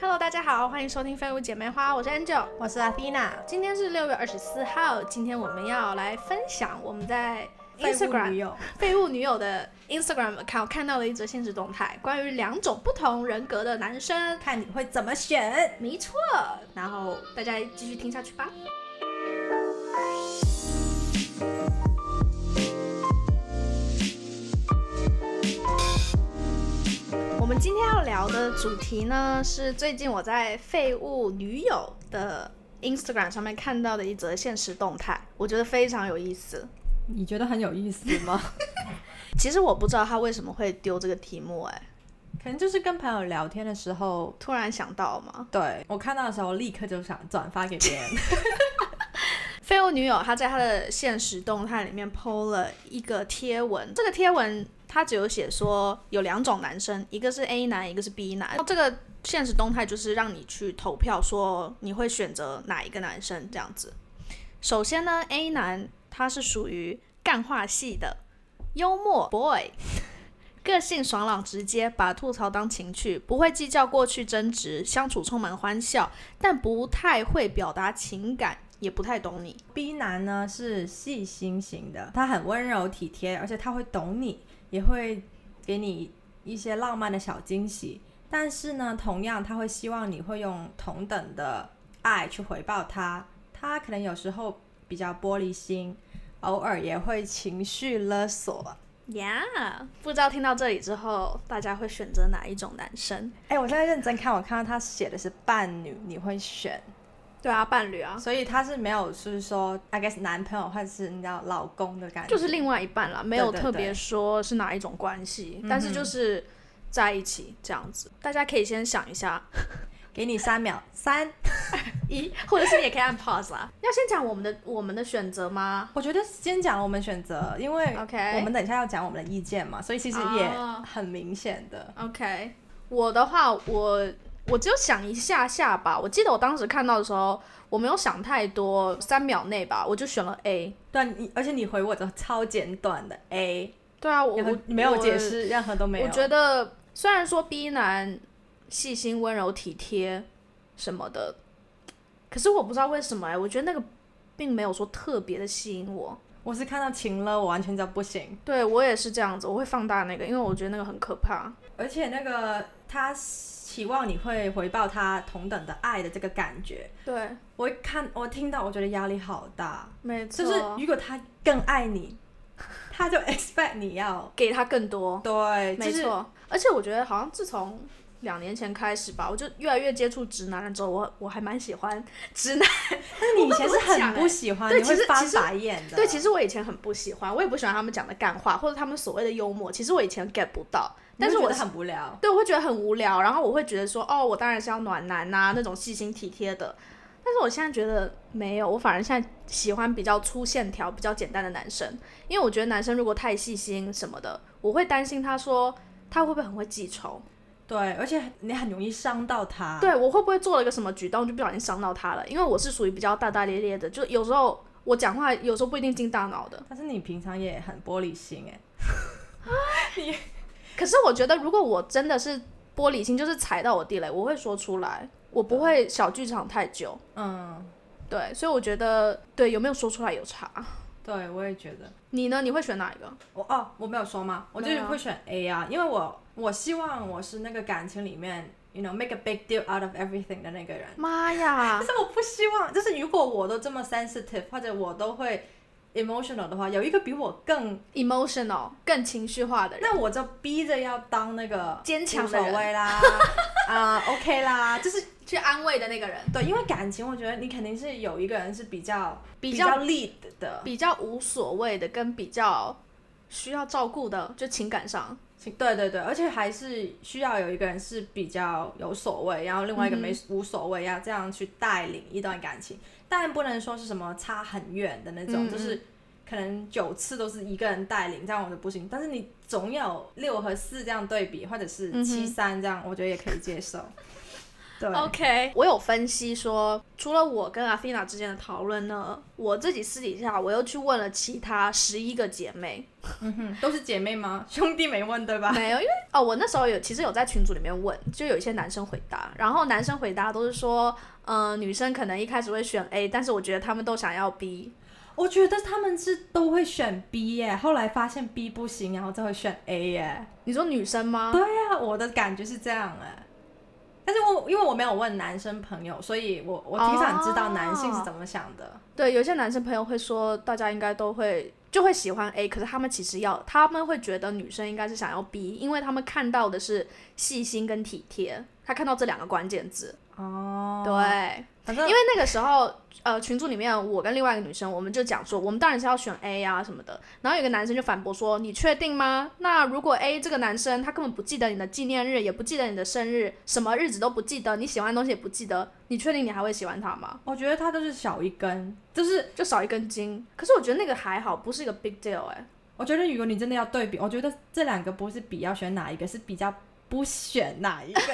Hello，大家好，欢迎收听《废物姐妹花》，我是 Angel，我是阿 t h e n a 今天是六月二十四号，今天我们要来分享我们在 Instagram 女友，废物女友的 Instagram account 看到的一则现实动态，关于两种不同人格的男生。看你会怎么选。没错，然后大家继续听下去吧。我们今天要聊的主题呢，是最近我在废物女友的 Instagram 上面看到的一则现实动态，我觉得非常有意思。你觉得很有意思吗？其实我不知道他为什么会丢这个题目、哎， 可能就是跟朋友聊天的时候，突然想到嘛。对我看到的时候立刻就想转发给别 人。废物女友她在她的现实动态里面 PO 了一个贴文，这个贴文她只有写说有两种男生，一个是 A 男，一个是 B 男。然后这个现实动态就是让你去投票，说你会选择哪一个男生这样子。首先呢，A 男他是属于干话系的，幽默 boy，个性爽朗直接，把吐槽当情趣，不会计较过去争执，相处充满欢笑，但不太会表达情感，也不太懂你。 B 男呢是细心型的，他很温柔体贴，而且他会懂你，也会给你一些浪漫的小惊喜。但是呢，同样他会希望你会用同等的爱去回报他。他可能有时候比较玻璃心，偶尔也会情绪勒索。呀、不知道听到这里之后，大家会选择哪一种男生？哎、我现在认真看，我看到他写的是伴侣，你会选，对啊，伴侣啊，所以他是没有是说，I guess 男朋友或者是你知道老公的感觉，就是另外一半啦，没有对对特别说是哪一种关系，但是就是在一起这样子。大家可以先想一下， 给你三秒，三，一，或者是你也可以按 pause 啦。要先讲我们的我们的选择吗我觉得先讲我们选择，因为 OK 我们等一下要讲我们的意见嘛，所以其实也哦很明显的。 ？OK，我的话，我我只有想一下下吧。我记得我当时看到的时候，我没有想太多，三秒内吧，我就选了 A。对啊你，而且你回我的超简短的 A，对啊，我然后我没有解我释，任何都没有。我觉得虽然说 B 男细心、温柔、体贴什么的，可是我不知道为什么哎、我觉得那个并没有说特别的吸引我。我是看到情了，我完全就不行。对我也是这样子，我会放大那个，因为我觉得那个很可怕。而且那个他期望你会回报他同等的爱的这个感觉，对，我一看我听到，我觉得压力好大。没错，就是如果他更爱你，他就 expect 你要给他更多。对，没就是错，而且我觉得好像自从两年前开始吧，我就越来越接触直男了之后，我我还蛮喜欢直男。但是你以前我是都不讲很欸不喜欢，对你其会实翻其实白眼的。对，其实我以前很不喜欢，我也不喜欢他们讲的干话或者他们所谓的幽默，其实我以前 get 不到。但是你会我觉得很无聊。对，我会觉得很无聊，然后我会觉得说，哦，我当然是要暖男呐、那种细心体贴的。但是我现在觉得没有，我反而现在喜欢比较粗线条、比较简单的男生，因为我觉得男生如果太细心什么的，我会担心他说他会不会很会记仇，对，而且你很容易伤到他。，对我会不会做了一个什么举动就不小心伤到他了？因为我是属于比较大大咧咧的，就有时候我讲话有时候不一定经大脑的。但是你平常也很玻璃心哎。可是我觉得，如果我真的是玻璃心，就是踩到我地雷，我会说出来，我不会小剧场太久。嗯，对，所以我觉得，对，有没有说出来有差。对，我也觉得。你呢？你会选哪一个？我哦，我没有说吗？我就没是有啊会选 A 啊，因为我我希望我是那个感情里面，you know make a big deal out of everything 的那个人。妈呀但！是我不希望，就是如果我都这么 sensitive，或者我都会 emotional 的话，有一个比我更， emotional 更情绪化的人，那我就逼着要当那个坚强无的所人谓啦， 啊、o k 啦，就是去安慰的那个人，对，因为感情，我觉得你肯定是有一个人是比较比较较 lead 的，比较无所谓的，跟比较需要照顾的，就情感上。对对对，而且还是需要有一个人是比较有所谓，然后另外一个没、无所谓，要这样去带领一段感情，但不能说是什么差很远的那种，嗯就是可能九次都是一个人带领，这样我就不行。但是你总有六和四这样对比，或者是嗯哼七三这样，我觉得也可以接受。对 OK，我有分析说，除了我跟阿菲娜之间的讨论呢，我自己私底下我又去问了其他十一个姐妹，嗯哼，都是姐妹吗？ 兄弟没问对吧？没有，因为哦，我那时候有其实有在群组里面问，就有一些男生回答，然后男生回答都是说，嗯、女生可能一开始会选 A，但是我觉得他们都想要 B，我觉得他们是都会选 B 耶，后来发现 B 不行，然后再会选 A 耶。你说女生吗？对啊，我的感觉是这样哎。但是我因为我没有问男生朋友，所以我我挺想知道男性是怎么想的。对，有些男生朋友会说，大家应该都会就会喜欢 A，可是他们其实要，他们会觉得女生应该是想要 B，因为他们看到的是细心跟体贴，他看到这两个关键字。哦，对，反正因为那个时候，呃，群组里面我跟另外一个女生，我们就讲说，我们当然是要选 A 啊什么的。然后有个男生就反驳说：“你确定吗？那如果 A 这个男生他根本不记得你的纪念日，也不记得你的生日，什么日子都不记得，你喜欢的东西也不记得，你确定你还会喜欢他吗？”我觉得他都是小一根，就是就少一根筋。可是我觉得那个还好，不是一个 big deal 哎、我觉得如果你真的要对比，我觉得这两个不是比要选哪一个，是比较不选哪一个。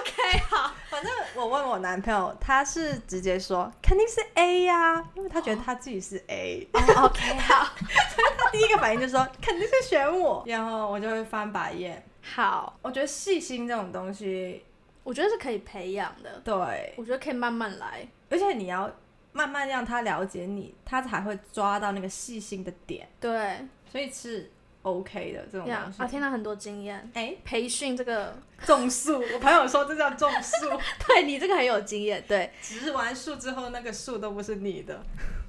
OK，好， 反正我问我男朋友，他是直接说肯定是 A 呀、因为他觉得他自己是 A，、哦 OK，好，他 第一个反应就说肯定是选我，然后我就会翻白眼。好，我觉得细心这种东西，我觉得是可以培养的，对，我觉得可以慢慢来。而且你要慢慢让他了解你，他才会抓到那个细心的点，对，所以是 OK 的这种呀东，西。啊，天呐，很多经验，哎，培训这个，种树，我朋友说这叫种树， 对你这个很有经验，对， 植完树之后，那个树都不是你的。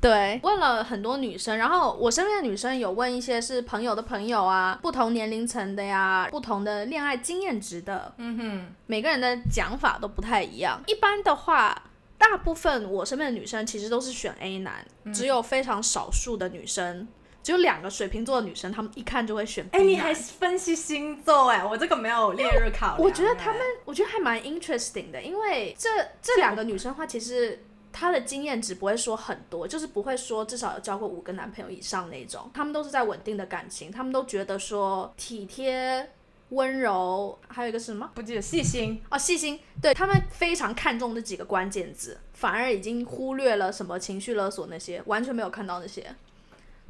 对，问了很多女生，然后我身边的女生有问一些是朋友的朋友啊，不同年龄层的呀，不同的恋爱经验值的，嗯哼，每个人的讲法都不太一样。一般的话，大部分我身边的女生其实都是选 A 男，嗯只有非常少数的女生，只有两个水瓶座的女生，她们一看就会选 B 哎、男。你还分析星座哎、我这个没有列入考量哎。我觉得他们，我觉得还蛮 interesting 的，因为这这两个女生的话，其实她的经验值不会说很多，就是不会说至少有交过五个男朋友以上那种。她们都是在稳定的感情，她们都觉得说体贴、温柔，还有一个是什么？不记得细心，哦，细心，对他们非常看重这几个关键字，反而已经忽略了什么情绪勒索那些，完全没有看到那些。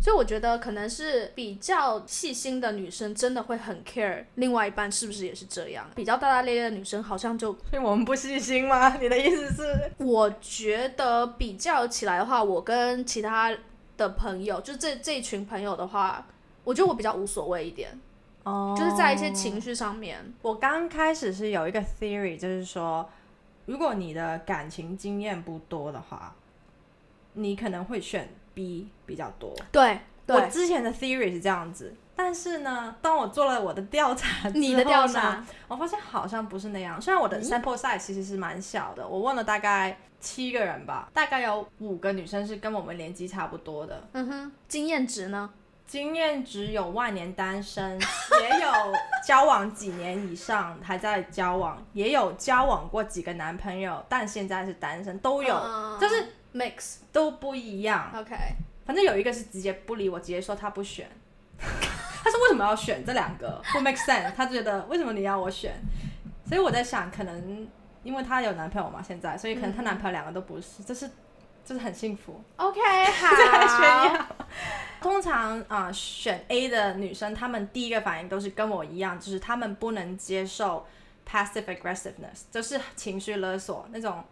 所以我觉得可能是比较细心的女生真的会很 care 另外一半是不是也是这样，比较大大咧咧的女生好像就所以我们不细心吗？你的意思是？我觉得比较起来的话，我跟其他的朋友，就这这一群朋友的话，我觉得我比较无所谓一点，哦就是在一些情绪上面，我刚开始是有一个 theory，就是说，如果你的感情经验不多的话，你可能会选 B 比较多。对我对，之前的 theory 是这样子，但是呢，当我做了我的调查，你的调，查，嗯我发现好像不是那样。虽然我的 sample size 其实是蛮小的，我问了大概七个人吧，大概有五个女生是跟我们年纪差不多的，嗯哼，经验值呢？经验值有万年单身，也有交往几年以上还在交往，也有交往过几个男朋友，但现在是单身，都有，嗯就是 mix。都不一样。 OK，反正有一个是直接不理我，直接说他不选。 他说为什么要选这两个？不 make sense。他觉得为什么你要我选？所以我在想，可能因为她有男朋友嘛，现在，所以可能她男朋友两个都不是，这是这是很幸福， OK， 在炫好。耀。通常啊、呃选 A 的女生，她们第一个反应都是跟我一样，就是她们不能接受 passive aggressiveness，就是情绪勒索那种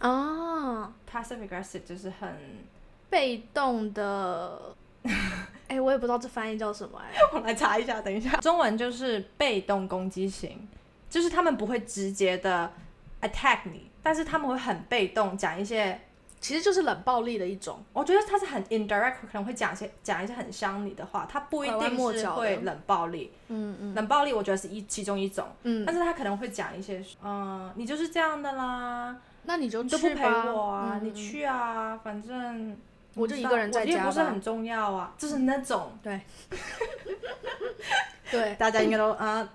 哦， passive aggressive，就是很 被动的，哎、我也不知道这翻译叫什么哎、我来查一下，等一下。中文就是被动攻击型，就是他们不会直接的 attack 你，但是他们会很被动讲一些，其实就是冷暴力的一种。我觉得他是很 indirect，可能会讲一些讲一些很伤你的话，他不一拐弯抹定是角的会冷暴力，嗯嗯冷暴力我觉得是一其中一种，嗯，但是他可能会讲一些，嗯、你就是这样的啦，那你就你去都不陪吧我啊，嗯你去啊，反正。我就一个人在也家不是吧很重要啊，就是那种 对， 对，大家应该都 啊、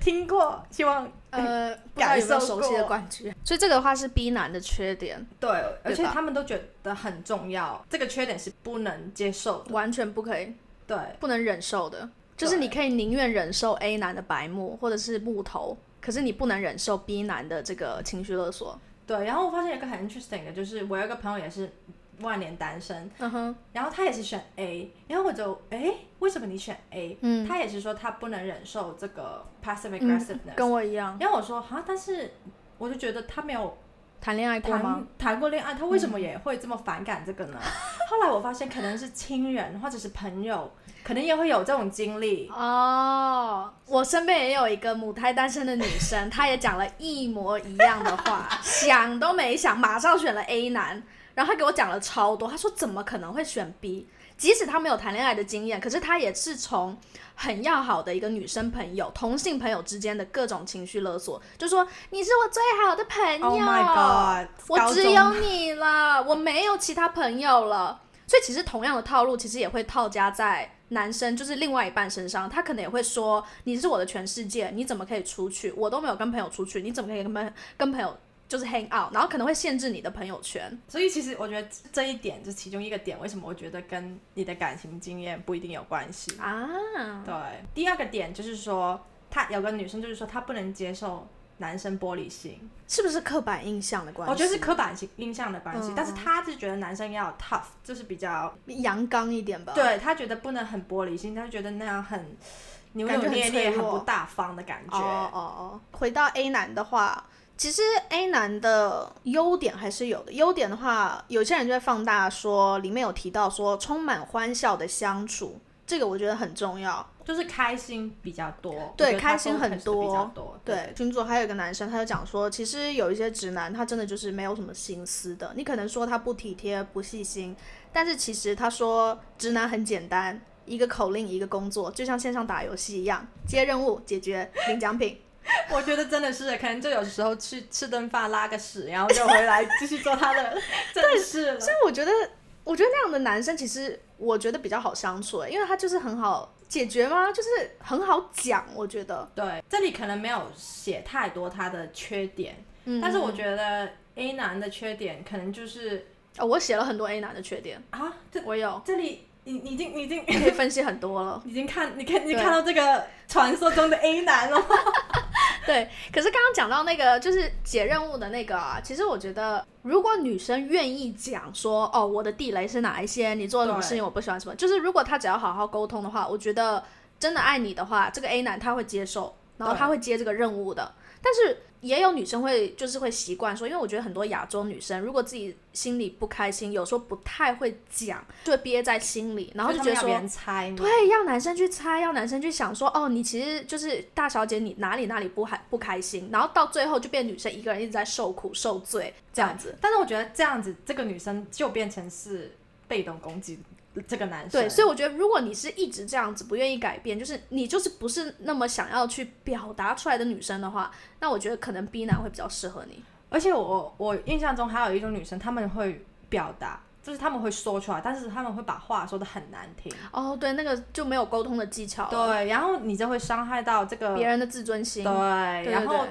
听过，希望呃，不知道有没有感受熟悉的过感觉。所以这个的话是 B 男的缺点，对，而且吧他们都觉得很重要，这个缺点是不能接受的。完全不可以、对，不能忍受的。就是对你可以宁愿忍受 A 男的白目或者是木头，可是你不能忍受 B 男的这个情绪勒索。对，然后我发现有一个很 interesting 的，就是我有一个朋友也是万年单身，嗯哼，然后他也是选 A，然后我就哎，为什么你选 A？、嗯，他也是说他不能忍受这个 passive 嗯 aggressiveness，、跟我一样，然后我说哈，但是我就觉得他没有谈恋爱过吗？哎谈谈过恋爱，他为什么也会这么反感这个呢？后来我发现可能是亲人或者是朋友，可能也会有这种经历。哦，我身边也有一个母胎单身的女生，她也讲了一模一样的 话，想都没想，马上选了 A 男，然后她给我讲了超多，她说怎么可能会选 B？即使她没有谈恋爱的经验，可是她也是从很要好的一个女生朋友、同性朋友之间的各种情绪勒索，就说你是我最好的朋友 Oh my god！我只高有中你了，我没有其他朋友了。所以其实同样的套路，其实也会套加在男生就是另外一半身上。他可能也会说：“你是我的全世界，你怎么可以出去？我都没有跟朋友出去，你怎么可以跟朋跟朋友就是 hang out？” 然后可能会限制你的朋友圈。所以其实我觉得这一点是其中一个点，为什么我觉得跟你的感情经验不一定有关系。啊，对，第二个点就是说，她有个女生就是说她不能接受男生玻璃心，是不是刻板印象的关系？我觉得是刻板印象的关系，嗯但是她是觉得男生要 tough，就是比较阳刚一点吧。，对他觉得不能很玻璃心，他觉得那样很扭扭捏感觉捏、很脆很弱不大方的感觉。哦哦哦。回到 A 男的话。其实 A 男的优点还是有的，优点的话，有些人就会放大说，里面有提到说充满欢笑的相处，这个我觉得很重要。就是开心比较多，对我觉得他开心很 focus 的比较多，对，群组还有一个男生，他就讲说，其实有一些直男，他真的就是没有什么心思的。你可能说他不体贴、不细心，但是其实他说直男很简单，一个口令一个工作，就像线上打游戏一样，接任务、解决、领奖品。我觉得真的是，可能就有时候去吃顿饭拉个屎，然后就回来继续做 他的正事了。所以我觉得，我觉得那样的男生其实我觉得比较好相处、欸因为他就是很好解决吗？就是很好讲，我觉得。对，这里可能没有写太多他的缺点，嗯但是我觉得 A 男的缺点可能就是哦，我写了很多 A 男的缺点，啊，这我有，这里你你已经你已经 可以分析很多了。已经看你看你对看到这个传说中的 A 男了吗， 对，可是刚刚讲到那个就是解任务的那个啊，其实我觉得，如果女生愿意讲说，哦，我的地雷是哪一些，你做了什么事情我不喜欢什么，就是如果她只要好好沟通的话，我觉得真的爱你的话，这个 A 男他会接受，然后对他会接这个任务的。但是也有女生会就是会习惯说，因为我觉得很多亚洲女生如果自己心里不开心，有时候不太会讲，就会憋在心里，然后就他觉得们要说别人猜你。对，要男生去猜，要男生去想说，哦，你其实就是大小姐，你哪里哪里不还不开心，然后到最后就变女生一个人一直在受苦受罪这样子。但是我觉得这样子，这个女生就变成是被动攻击这个男生。对，所以以我觉得，如果你是一直这样子不愿意改变，就是你就是不是那么想要去表达出来的女生的话，那我觉得可能 B 男会比较适合你。而且我我印象中还有一种女生，她们会表达，就是她们会说出来，但是她们会把话说的很难听。哦，对，那个就没有沟通的技巧了，对，然后你就会伤害到这个别人的自尊心。对，对然对后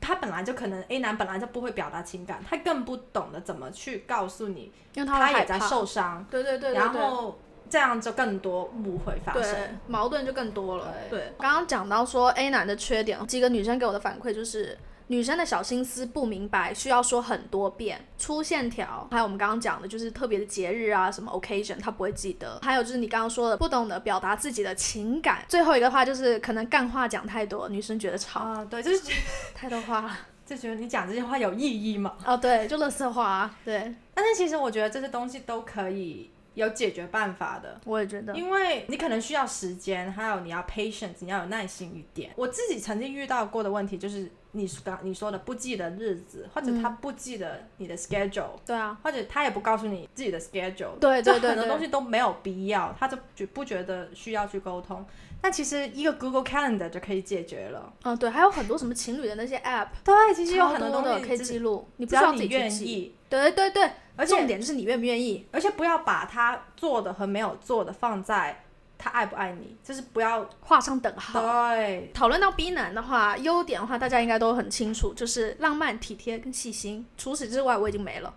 他本来就可能 A 男本来就不会表达情感，他更不懂得怎么去告诉你，因为他他会害也在怕，受伤，对对对对对，然后这样就更多误会发对生。，矛盾就更多了。对对，刚刚讲到说 A 男的缺点，几个女生给我的反馈就是。女生的小心思不明白，需要说很多遍，粗线条，还有我们刚刚讲的，就是特别的节日啊，什么 occasion，她不会记得。还有就是你刚刚说的，不懂得表达自己的情感。最后一个话就是，可能干话讲太多，女生觉得吵，啊，对，就是觉得太多话了。就觉得你讲这些话有意义吗？ 哦，对，就垃圾话、啊。对，但是其实我觉得这些东西都可以有解决办法的，我也觉得。因为你可能需要时间，还有你要 patience，你要有耐心一点。我自己曾经遇到过的问题就是你刚你说的不记得日子，或者嗯他不记得你的 schedule，、对啊，或者他也不告诉你自己的 schedule，对就对对很多对东西都没有必要，他就觉不觉得需要去沟通。但其实一个 Google Calendar 就可以解决了。嗯，对，还有很多什么情侣的那些 app，对，其实有超很多东的西可以只记录，你不只要要自你己去愿记。意，对对对，而且重点就是你愿不愿意。而且不要把他做的和没有做的放在他爱不爱你，就是不要画上等号。对讨论到 B 男的话，优点的话大家应该都很清楚，就是浪漫、体贴跟细心。除此之外，我已经 没了，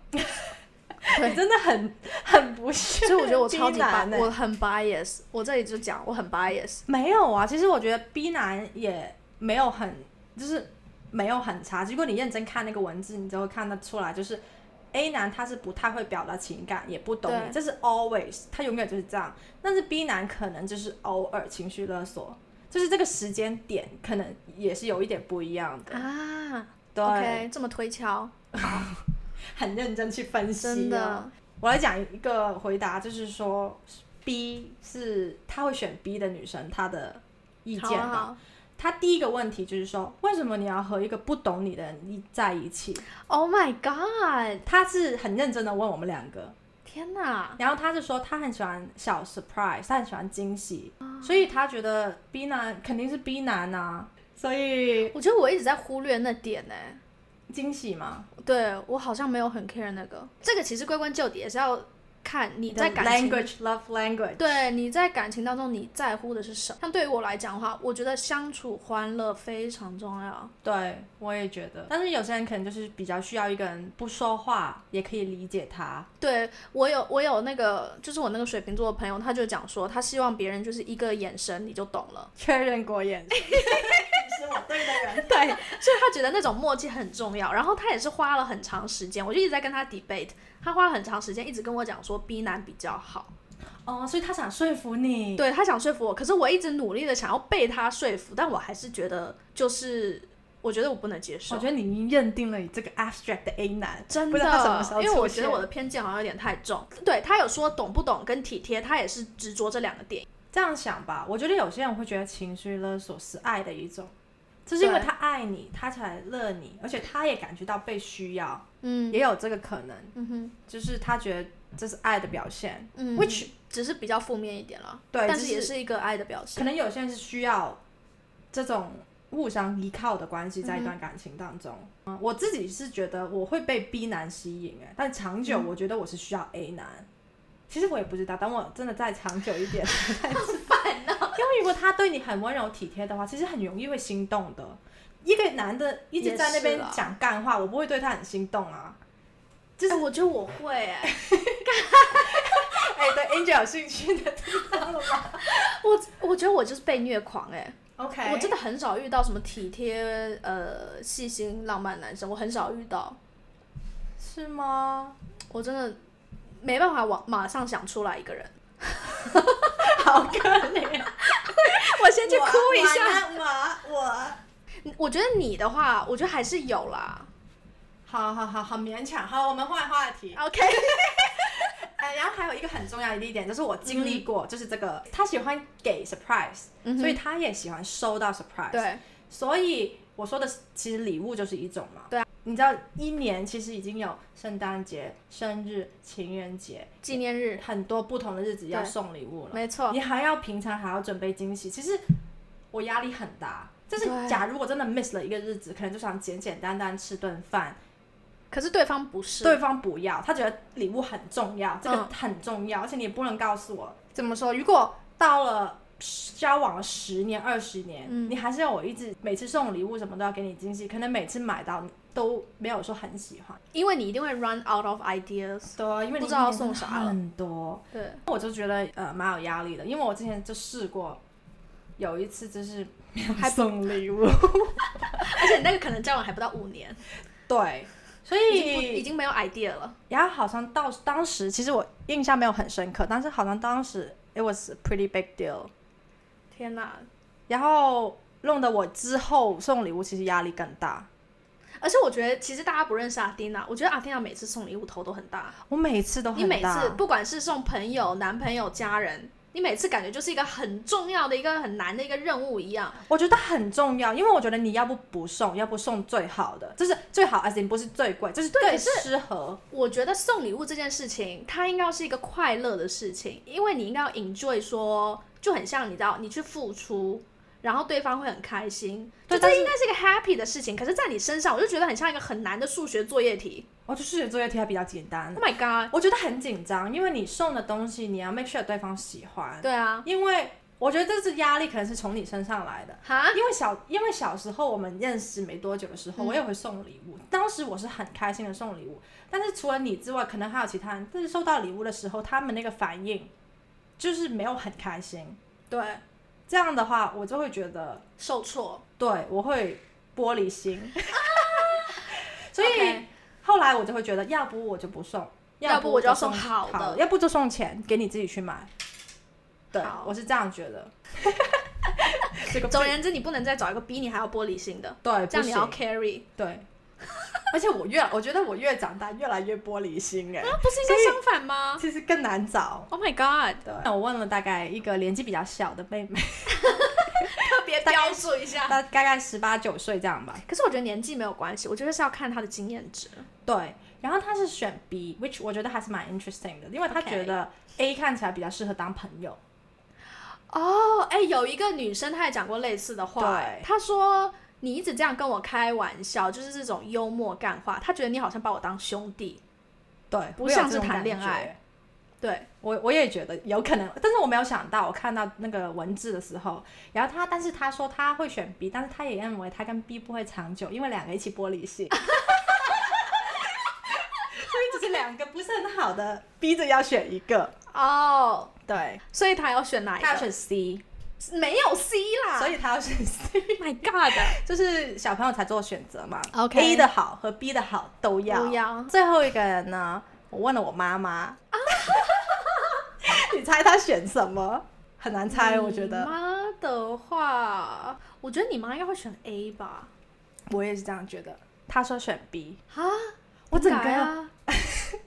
你真的很很不屑。所以我觉得我超级 B 男 bi，欸我很 bias。我这里就讲我很 bias，没有啊。其实我觉得 B 男也没有很，就是没有很差。如果你认真看那个文字，你就会看得出来，就是 A 男他是不太会表达情感，也不懂对你，这是 always，他永远就是这样。但是 B 男可能就是偶尔情绪勒索，就是这个时间点可能也是有一点不一样的。啊对，OK，这么推敲，很认真去分析、哦真的，我来讲一个回答，就是说 B 是她会选 B 的女生，她的意见好啊吧。好她第一个问题就是说，为什么你要和一个不懂你的人一在一起？ Oh my god！她是很认真的问我们两个，天哪，然后她是说她很喜欢小 surprise，她很喜欢惊喜，啊所以她觉得 B 男肯定是 B 男啊，所以我觉得我一直在忽略那点呢、惊喜嘛，对我好像没有很 care 那个。这个其实归根究底也是要看你在的感情 language love language，对，你在感情当中你在乎的是什么？像对于我来讲的话，我觉得相处欢乐非常重要。对，我也觉得。但是有些人可能就是比较需要一个人不说话也可以理解他。对我有我有那个，就是我那个水瓶座的朋友，他就讲说，他希望别人就是一个眼神你就懂了， 确认过 眼神，你是我对的人。对，所以他觉得那种默契很重要。然后他也是花了很长时间，我就一直在跟他 debate，他花了很长时间一直跟我讲说 B 男比较好，哦，所以他想说服你。对他想说服我，可是我一直努力的想要被他说服，但我还是觉得就是我觉得我不能接受我觉。得你已经认定了你这个 abstract 的 A 男，真不的知道他什么时，候因为我出觉得现我的偏见好像有点太重。对他有说懂不懂跟体贴，他也是执着这两个点。这样想吧。我觉得有些人会觉得情绪勒索是爱的一种，就是因为对他爱你，他才乐你，而且他也感觉到被需要，嗯也有这个可能，嗯哼就是他觉得这是爱的表现。嗯 Which- 只是比较负面一点了，对，但就是也是一个爱的表可现。能有些人是需要这种互相依靠的关系，在一段感情当中。嗯我自己是觉得我会被 B 男吸引，哎，但长久我觉得我是需要 A 男。其实我也不知道，等我真的再长久一点 再知道。哦因为如果他对你很温柔体贴的话，其实很容易会心动的。一个男的一直在那也边是啦讲干话，我不会对他很心动啊。就是、我觉得我会、哎， 哎、对 Angel 有兴趣的知道了吗 我我觉得我就是被虐狂、哎， ？OK，我真的很少遇到什么体贴、呃细心、浪漫男生，我很少遇到，是吗？我真的没办法往马上想出来一个人。好 可怜。 我先去哭一下。下。我我，我觉得你的话，我觉得还是有啦。好好好好勉强。好，我们换话 题。 OK，哎，然后还有一个很重要的一点，就是我经历过，就是这个他喜欢给 surprise，、所以他也喜欢收到 surprise。，嗯对，所以我说的是其实礼物就是一种嘛。对啊你知道一年其实已经有圣诞节、生日、情人节纪念日，很多不同的日子要对送礼物了。没错。你还要平常还要准备惊喜，其实我压力很大。就是对假如我真的 miss 了一个日子，可能就想简简单单吃顿饭，可是对方不是，对方不要，他觉得礼物很重要，这个嗯很重要，而且你也不能告诉我怎么说。如果到了交往了十年、二十年，嗯你还是要我一直每次送礼物什么都要给你惊喜，可能每次买到都没有说很喜欢，因为你一定会 run out of ideas。对啊，因为你不知道一年送真的啥了很多，对，我就觉得呃蛮有压力的，因为我之前就试过，有一次就是没有送礼物，而且你那个可能交往还不到五年， 对，所已经不已以经没有 idea 了。然后好像到当时其实我印象没有很深刻，但是好像当时 it was a pretty big deal，天哪！然后弄得我之后送礼物其实压力更大，而且我觉得，其实大家不认识阿丁娜，我觉得阿丁娜每次送礼物头都很大。我每次都你很每大，次不管是送朋友、男朋友、家人，你每次感觉就是一个很重要的一个很难的一个任务一样。我觉得很重要，因为我觉得你要不不送，要不送最好的，就是最好，而且不是最贵，就是对最可是适合。我觉得送礼物这件事情，它应该是一个快乐的事情，因为你应该要 enjoy，说就很像你知道，你去付出，然后对方会很开心，对就这但是应该是一个 happy 的事情。可是，在你身上，我就觉得很像一个很难的数学作业题。我就是觉得作业题还比较简单 Oh，my god！我觉得很紧张，因为你送的东西你要 make sure 对方喜欢，对啊，因为我觉得这是压力，可能是从你身上来的。哈， 因为小，因为小时候我们认识没多久的时候，嗯我也会送礼物。当时我是很开心的送礼物，但是除了你之外，可能还有其他人。但是收到礼物的时候，他们那个反应就是没有很开心。对，这样的话，我就会觉得，受挫。对我会玻璃心， 所以 OK 后来我就会觉得，要不我就不送，要不不我就要要送好好的要不就送钱给你自己去买。对好，我是这样觉得。这个总而言之，你不能再找一个比你还要玻璃心的，对，这样不你行要 carry。对。 而且我越我觉得我越长大越来越玻璃心哎、啊，不是应该相反吗其实更难找。 ？Oh my god！对，那我问了大概一个年纪比较小的妹妹，特别标注一下。大大概十八九岁这样吧。可是我觉得年纪没有关系，我觉得是要看他的经验值。对，然后他是选 B，which 我觉得还是蛮 interesting 的，因为他 OK 觉得 A 看起来比较适合当朋友。哦，哎，有一个女生她也讲过类似的话，哎对她说你一直这样跟我开玩笑，就是这种幽默干话，她觉得你好像把我当兄弟。对，不我有像是这种谈感恋觉爱。对，我我也觉得有可能，但是我没有想到，我看到那个文字的时候，然后他，但是他说他会选 B，但是他也认为他跟 B 不会长久，因为两个一起玻璃心，所以只是两个不是很好的，逼着要选一个。哦，对，所以她要选哪一个？他要选 C，没有 C 啦。所以以，Oh 他要选 C， ，My God，就是小朋友才做选择嘛。 OK A 的好和 B 的好都要。不要最后一个人呢，我问了我妈妈，你猜她选什么？很难猜，我觉你得，妈的话，我觉得你妈应该会选 A 吧？我也是这样觉得。她说选 B，啊，我整不改个啊，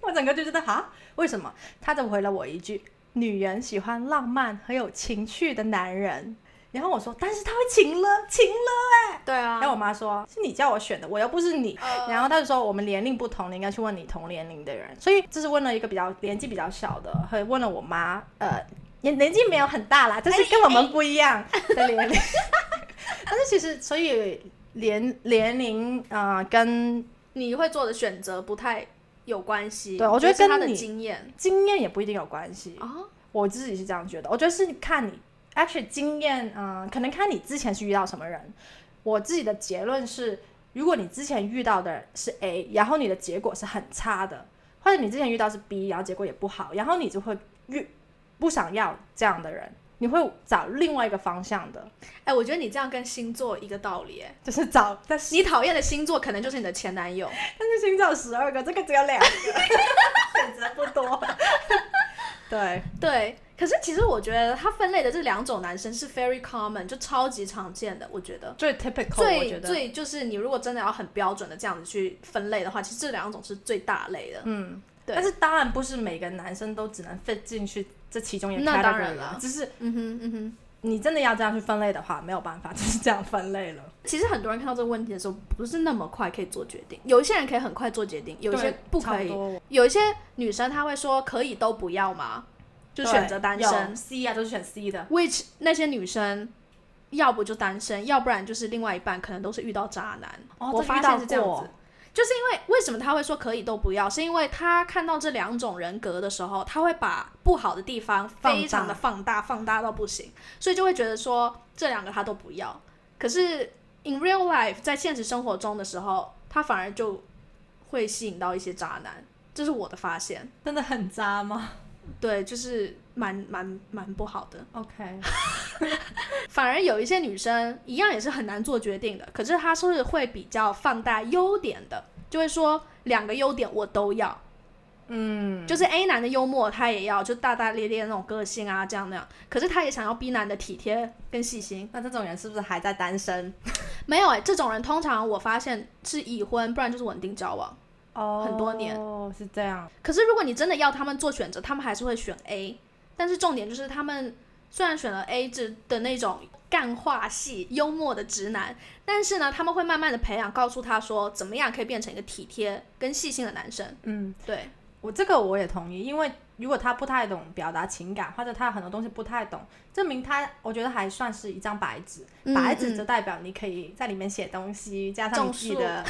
我整个就觉得哈，为什么？她就回了我一句：“女人喜欢浪漫和有情趣的男人。”然后我说：“但是他会情了，情了哎、对啊，然后我妈说：“是你叫我选的，我又不是你。呃然后她就说：“我们年龄不同，你应该去问你同年龄的人。”所以这是问了一个比较年纪比较小的，还问了我妈，呃，年年纪没有很大哎啦，但是跟我们不一样的年 龄。但是其实，所以年年龄啊、呃跟你会做的选择不太有关系。对我觉得就是跟他的你经验经验也不一定有关系。哦，我自己是这样觉得，我觉得是看你 actually 经验，嗯、可能看你之前是遇到什么人。我自己的结论是，如果你之前遇到的是 A，然后你的结果是很差的，或者你之前遇到是 B，然后结果也不好，然后你就会越不想要这样的人，你会找另外一个方向的，哎，我觉得你这样跟星座一个道理，哎，就是找，但是你讨厌的星座可能就是你的前男友。但是寻找十二个，这个只有 两个，选择不多。对，对，可是其实我觉得他分类的这两种男生是 very common，就超级常见的，我觉得。最 typical 我觉最得，最就是你如果真的要很标准的这样子去分类的话，其实这两种是最大类的。嗯。对，但是当然不是每个男生都只能 fit 进去这其中一个 category 那啊。当然了只是嗯哼嗯哼，你真的要这样去分类的话，没有办法，就是这样分类了。其实很多人看到这个问题的时候，不是那么快可以做决定。有一些人可以很快做决定，有一些对不可以差。多有一些女生她会说可以都不要吗？就对选择单有身。 C 啊，都是选 C 的。 Which 那些女生，要不就单身，要不然就是另外一半可能都是遇到渣男。哦我这发遇到现是这样过子。就是因为为什么她会说可以都不要，是因为她看到这两种人格的时候，她会把不好的地方放非常的放大，放大到不行，所以就会觉得说这两个她都不要。可是 in real life，在现实生活中的时候，她反而就会吸引到一些渣男，这是我的发现。真的很渣吗对，就是蛮蛮蛮不好的。 ？OK，反而有一些女生一样也是很难做决定的，可是她是会比较放大优点的，就会说两个优点我都要，嗯，就是 A 男的幽默她也要，就大大咧咧那种个性啊，这样那样。可是她也想要 B 男的体贴跟细心。那这种人是不是还在单身？没有哎、这种人通常我发现是已婚，不然就是稳定交往。哦很多年哦，是这样。可是如果你真的要他们做选择，他们还是会选 A。但是重点就是他们虽然选了 A 制的那种干话系幽默的直男，但是呢，他们会慢慢的培养，告诉他说怎么样可以变成一个体贴跟细心的男生。嗯，对，我这个我也同意，因为如果他不太懂表达情感，或者他有很多东西不太懂，证明他我觉得还算是一张白纸。白纸就嗯代表你可以在里面写东西，加上你种自己树 的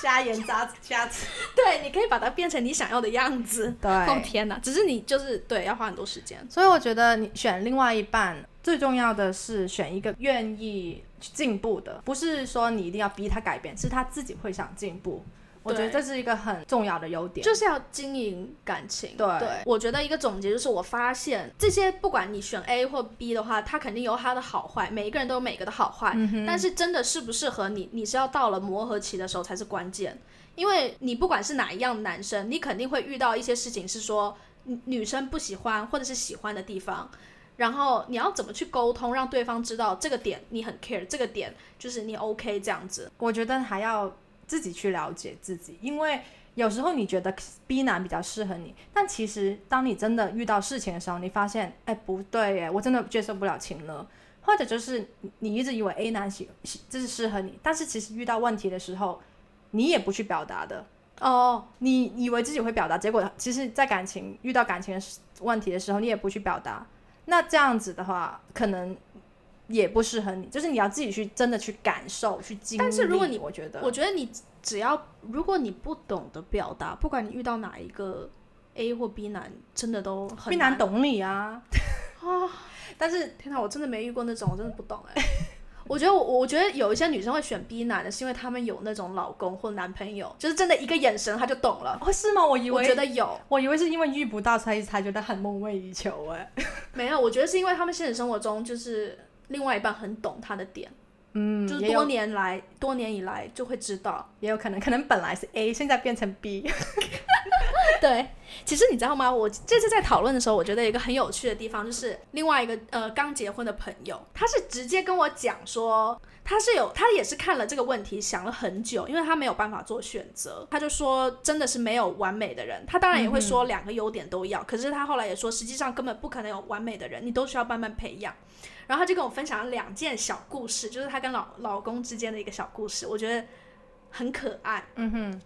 加盐加加醋。嗯 对，你可以把它变成你想要的样子。 哦 对，天哪，只是你就是对要花很多时间。所以我觉得你选另外一半最重要的是选一个愿意去进步的，不是说你一定要逼他改变，是他自己会想进步。我我觉得对这是一个很重要的优点。就是要经营感情。对我觉得一个总结就是，我发现这些不管你选 A 或 B 的话，它肯定有它的好坏，每一个人都有每个的好坏。嗯但是真的适不适合你，你是要到了磨合期的时候才是关键。因为你不管是哪一样的男生，你肯定会遇到一些事情是说女女生不喜欢或者是喜欢的地方，然后你要怎么去沟通，让对方知道这个点你很 care，这个点就是你 OK 这样子。我觉得还要自己去了解自己，因为有时候你觉得 B 男比较适合你，但其实当你真的遇到事情的时候，你发现，哎，不对耶，我真的接受不了情了。或者就是你一直以为 A 男喜喜这是适合你，但是其实遇到问题的时候，你也不去表达的，哦，你以为自己会表达，结果其实，在感情遇到感情的时问题的时候，你也不去表达，那这样子的话，可能也不适合你。就是你要自己去真的去感受、去经历。但是如果你我觉得，我觉得你只要如果你不懂得表达，不管你遇到哪一个 A 或 B 男，真的都很必然。懂你啊。但是天哪，我真的没遇过那种，我真的不懂 哎、我觉得我我觉得有一些女生会选 B 男的，是因为她们有那种老公或男朋友，就是真的一个眼神她就懂了。 哦，是吗？我以我为觉得有我以为是因为遇不到，所以才觉得很梦寐以求哎。没有？我觉得是因为她们现实生活中就是另外一半很懂她的点， 嗯就是也多有年来多年以来就会知道。也有可能，可能本来是 A，现在变成 B。 对，其实你知道吗？我这次在讨论的时候，我觉得有一个很有趣的地方，就是另外一个呃刚结婚的朋友，他是直接跟我讲说，他是有他也是看了这个问题想了很久，因为他没有办法做选择，他就说真的是没有完美的人，他当然也会说两个优点都要，可是他后来也说，实际上根本不可能有完美的人，你都需要慢慢培养。然后他就跟我分享了两件小故事，就是他跟老老公之间的一个小故事，我觉得很可爱。嗯哼，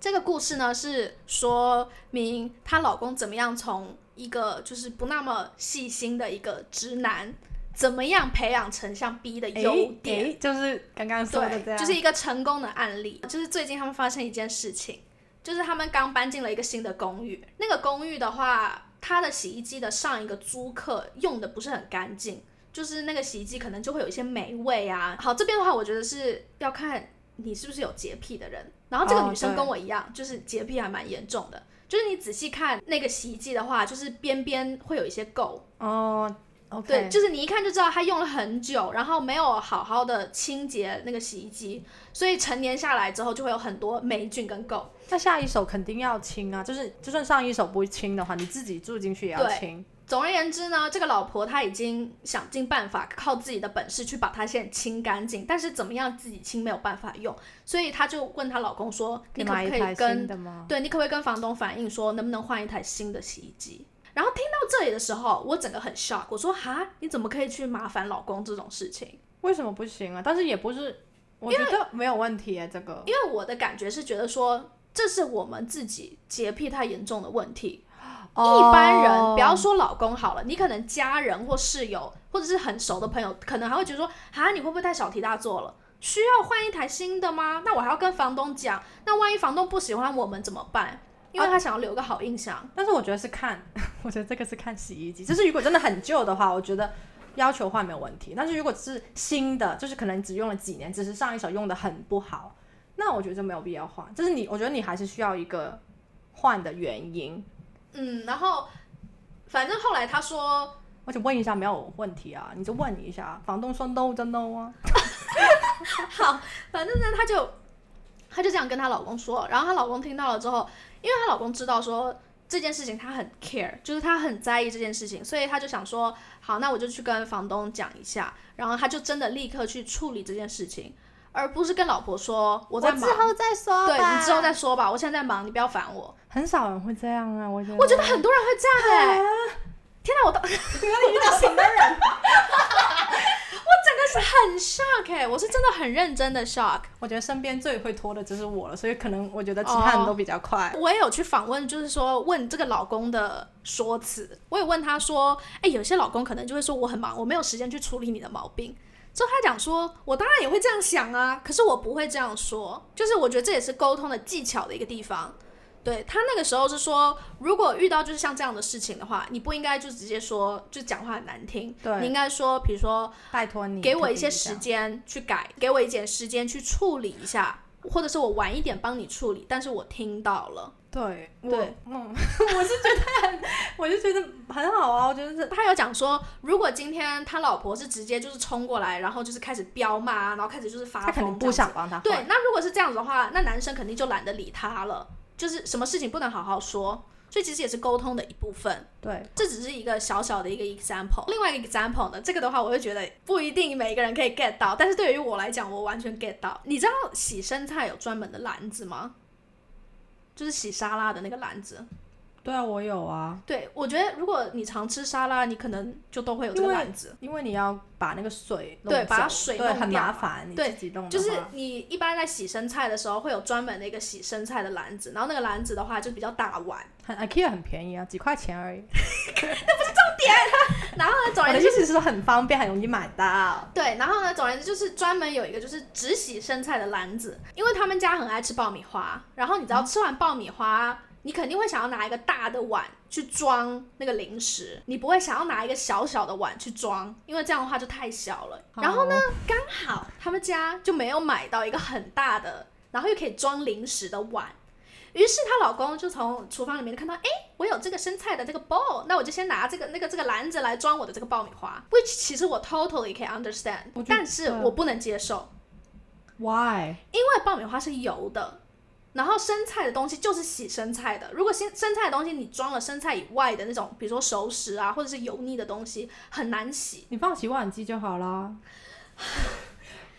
这个故事呢是说明她老公怎么样从一个就是不那么细心的一个直男，怎么样培养成像 B 的优点。诶就是刚刚说的这对，样，就是一个成功的案例。就是最近他们发生一件事情，就是他们刚搬进了一个新的公寓。那个公寓的话，它的洗衣机的上一个租客用的不是很干净，就是那个洗衣机可能就会有一些霉味啊。好，这边的话，我觉得是要看你是不是有洁癖的人。然后这哦个女生对跟我一样，就是洁癖还蛮严重的。就是你仔细看那个洗衣机的话，就是边边会有一些垢，哦，OK，对，就是你一看就知道他用了很久，然后没有好好的清洁那个洗衣机，所以成年下来之后就会有很多霉菌跟垢。那下一首肯定要清啊，就是就算上一首不清的话，你自己住进去也要对清。总而言之呢，这个老婆她已经想尽办法靠自己的本事去把它现在清干净，但是怎么样自己清没有办法用，所以她就问她老公说：“你可买不一可台以新跟的吗？对你可不可以跟房东反映说能不能换一台新的洗衣机？然后听到这里的时候，我整个很 shock，我说哈，你怎么可以去麻烦老公这种事情？为什么不行啊？但是也不是，我觉得没有问题哎，这个因为我的感觉是觉得说，这是我们自己洁癖太严重的问题。哦一般人，不要说老公好了，你可能家人或室友，或者是很熟的朋友，可能还会觉得说，啊，你会不会太小题大做了？需要换一台新的吗？那我还要跟房东讲，那万一房东不喜欢我们怎么办？因为他想要留个好印象。但是我觉得是看， 我觉得这个是看洗衣机。就是如果真的很旧的话，我觉得要求换没有问题。但是如果是新的，就是可能只用了几年，只是上一手用的很不好，那我觉得就没有必要换。就是你，我觉得你还是需要一个换的原因。嗯，然后反正后来他说，而且问一下没有问题啊，你就问一下，房东说 no 就 no 啊。好，反正呢，她就她就这样跟她老公说，然后她老公听到了之后，因为她老公知道说这件事情她很 care，就是她很在意这件事情，所以她就想说，好，那我就去跟房东讲一下，然后她就真的立刻去处理这件事情，而不是跟老婆说我在忙，再说对你之后再说吧，我现在在忙，你不要烦我。很少人会这样啊，我觉得。我觉得很多人会这样哎、 天哪，我到遇到什么人？真的是很 shock 哎、我是真的很认真的 shock。 我觉得身边最会拖的就是我了，所以可能我觉得其他人都比较快。 我也有去访问，就是说问这个老公的说辞，我也问他说，哎，有些老公可能就会说我很忙，我没有时间去处理你的毛病。之后他讲说，我当然也会这样想啊，可是我不会这样说，就是我觉得这也是沟通的技巧的一个地方。对他那个时候是说，如果遇到就是像这样的事情的话，你不应该就直接说就讲话很难听，对你应该说，比如说拜托你给我一些可以这样时间去改，给我一点时间去处理一下，或者是我晚一点帮你处理，但是我听到了。对，我对嗯， 我是觉得很，我就觉得很好啊，我觉得是他有讲说，如果今天他老婆是直接就是冲过来，然后就是开始彪骂，啊然后开始就是发他肯定疯这不样子，想帮他换，对，那如果是这样子的话，那男生肯定就懒得理他了，就是什么事情不能好好说，所以其实也是沟通的一部分。对，这只是一个小小的一个 example。另外一个 example 呢，这个的话，我会觉得不一定每个人可以 get 到，但是对于我来讲，我完全 get 到。你知道洗生菜有专门的篮子吗？就是洗沙拉的那个篮子。对啊，我有啊，对，我觉得如果你常吃沙拉，你可能就都会有这个因为篮子。因为你要把那个水弄对把它走水对弄很掉麻嘛烦，你对自己弄的就是话你一般在洗生菜的时候，会有专门的一个洗生菜的篮子，然后那个篮子的话就比较大碗。很 IKEA 很便宜啊，几块钱而已。然后呢，总我而的言意之，思是说很方便，很容易买到。对，然后呢，总而言之就是专门有一个就是只洗生菜的篮子，因为他们家很爱吃爆米花，然后你知道吃完爆米花。你肯定会想要拿一个大的碗去装那个零食，你不会想要拿一个小小的碗去装，因为这样的话就太小了。然后呢，呢？刚好他们家就没有买到一个很大的，然后又可以装零食的碗。于是她老公就从厨房里面就看到，哎，我有这个生菜的这个 bowl，那我就先拿这个那个这个篮子来装我的这个爆米花，which 其实我 totally 可以 understand，我觉得但是对啊我不能接受， Why？因为爆米花是油的，然后生菜的东西就是洗生菜的，如果生生菜的东西你装了生菜以外的那种，比如说熟食啊或者是油腻的东西，很难洗。你放洗碗机就好啦。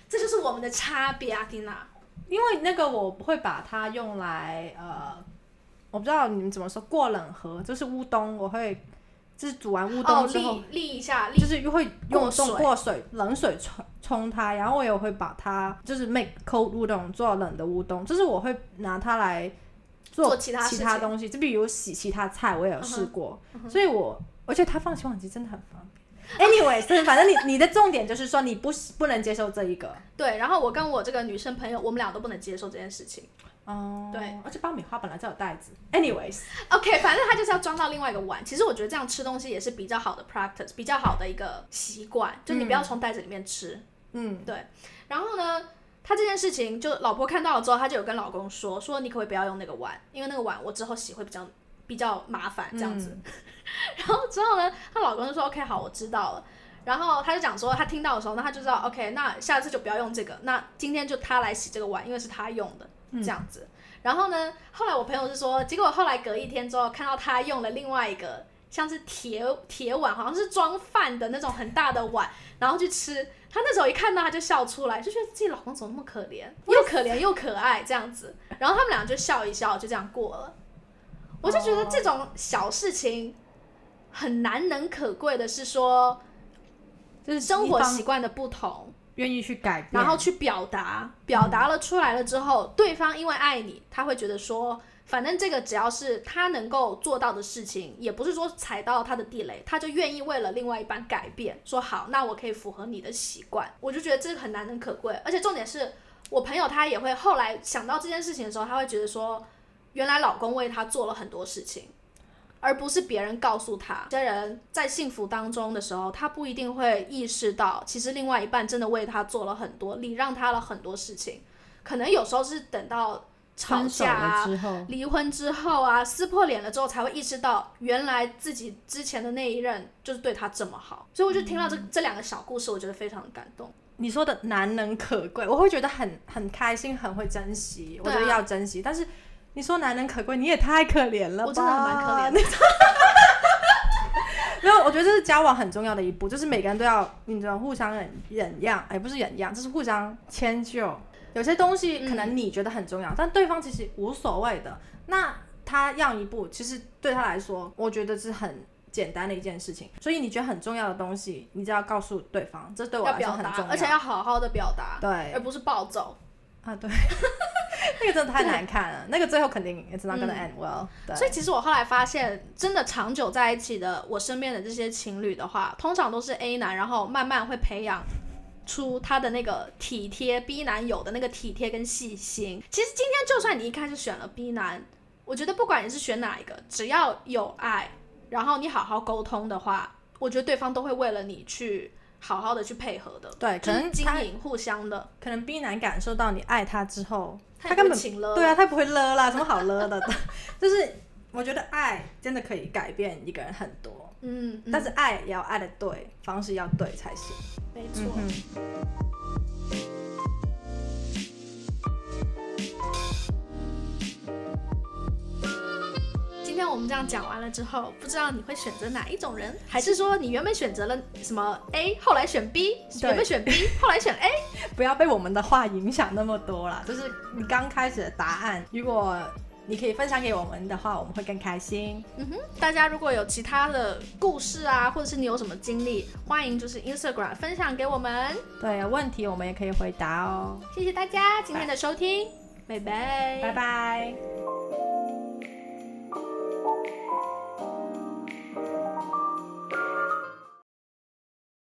这就是我们的差别啊，蒂娜。因为那个我会把它用来呃，我不知道你们怎么说，过冷河就是乌冬，我会就是煮完乌冬哦，之后，沥沥一下，沥就是会用过这种水过水冷水冲冲它，然后我也会把它就是 make cold 乌冬做冷的乌冬，就是我会拿它来做做其他事情东西，就比如洗其他菜，我也有嗯试哼过，所以我而且它放洗碗机真的很方便。Anyway，s 反正你你的重点就是说你不喜不能接受这一个，对，然后我跟我这个女生朋友，我们俩都不能接受这件事情。哦、对，而且爆米花本来就有袋子。Anyways， OK，反正她就是要装到另外一个碗。其实我觉得这样吃东西也是比较好的 practice，比较好的一个习惯，就你不要从袋子里面吃。嗯，然后呢，她这件事情就老婆看到了之后，她就有跟老公说，说你可不可以不要用那个碗，因为那个碗我之后洗会比较比较麻烦这样子。 然后之后呢，她老公就说 OK 好，我知道了。然后她就讲说，她听到的时候，那她就知道 OK，那下次就不要用这个，那今天就她来洗这个碗，因为是她用的这样子。然后呢，后来我朋友是说，结果后来隔一天之后，看到她用了另外一个。像是铁铁碗，好像是装饭的那种很大的碗，然后去吃。她那时候一看到，她就笑出来，就觉得自己老公怎么那么可怜，又可怜又可爱这样子。然后他们俩就笑一笑，就这样过了。我就觉得这种小事情很难能可贵的是说就是生活一方习惯的不同，愿意去改变，然后去表达，表达了出来了之后，对方因为爱你，他会觉得说，反正这个只要是他能够做到的事情，也不是说踩到他的地雷，他就愿意为了另外一半改变，说好，那我可以符合你的习惯，我就觉得这个很难能可贵，而且重点是我朋友他也会后来想到这件事情的时候，他会觉得说，原来老公为他做了很多事情。而不是别人告诉他。有些人在幸福当中的时候，他不一定会意识到，其实另外一半真的为他做了很多，礼让他了很多事情。可能有时候是等到吵分手架了啊、之后，离婚之后啊、撕破脸了之后，才会意识到原来自己之前的那一任就是对他这么好。所以我就听到这、这两个小故事，我觉得非常的感动。你说的难能可贵，我会觉得很很开心，很会珍惜，我对啊觉得要珍惜。但是你说难能可贵，你也太可怜了吧，我真的很蛮可怜的。没有，我觉得这是交往很重要的一步，就是每个人都要，你知道，互相忍忍让，哎，不是忍让，就是互相迁就。有些东西可能你觉得很重嗯要，但对方其实无所谓的。那他让一步，其实对他来说，我觉得是很简单的一件事情。所以你觉得很重要的东西，你就要告诉对方，这对我要来说表很重达要，。而且要好好的表达，对而不是暴走。啊，对， 那个真的嗯太难看了，那个最后肯定 it's not gonna end well、对，所以其实我后来发现，真的长久在一起的，我身边的这些情侣的话，通常都是 A 男，然后慢慢会培养出他的那个体贴，B 男有的那个体贴跟细心。其实今天就算你一开始选了 B 男，我觉得不管你是选哪一个，只要有爱，然后你好好沟通的话，我觉得对方都会为了你去好好的去配合的，嗯对，可就能是经他营互相的，可能 B 男感受到你爱他之后，他他也根不本请了，对啊，他不会勒 啦，什么好勒的？就是我觉得爱真的可以改变一个人很多，嗯，嗯，但是爱也要爱的对，方式要对才行。没错嗯，哼，今天我们这样讲完了之后，不知道你会选择哪一种人，还是说你原本选择了什么 A，后来选 B，对原本选 B，后 来选 A，不要被我们的话影响那么多啦。就是你刚开始的答案，如果你可以分享给我们的话，我们会更开心。嗯大家如果有其他的故事啊，或者是你有什么经历，欢迎就是 Instagram 分享给我们。对，有问题我们也可以回答哦。谢谢大家今天的收听，拜拜，拜。拜。